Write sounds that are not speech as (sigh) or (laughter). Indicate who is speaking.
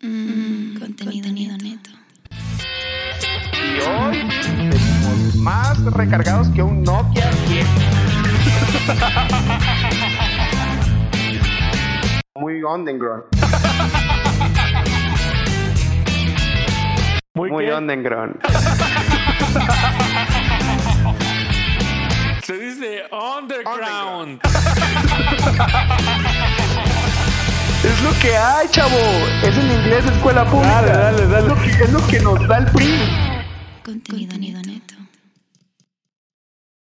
Speaker 1: Contenido, Mm, Contenido neto.
Speaker 2: Y hoy venimos más recargados que un Nokia 10. (laughs) Muy underground.
Speaker 3: Muy,
Speaker 2: Muy
Speaker 3: qué?
Speaker 2: underground.
Speaker 3: Se dice underground.
Speaker 2: Es lo que hay, chavo. Es en inglés, escuela pública.
Speaker 3: Dale, dale, dale.
Speaker 2: Es lo que, es lo que nos da el PRI.
Speaker 1: Contenido,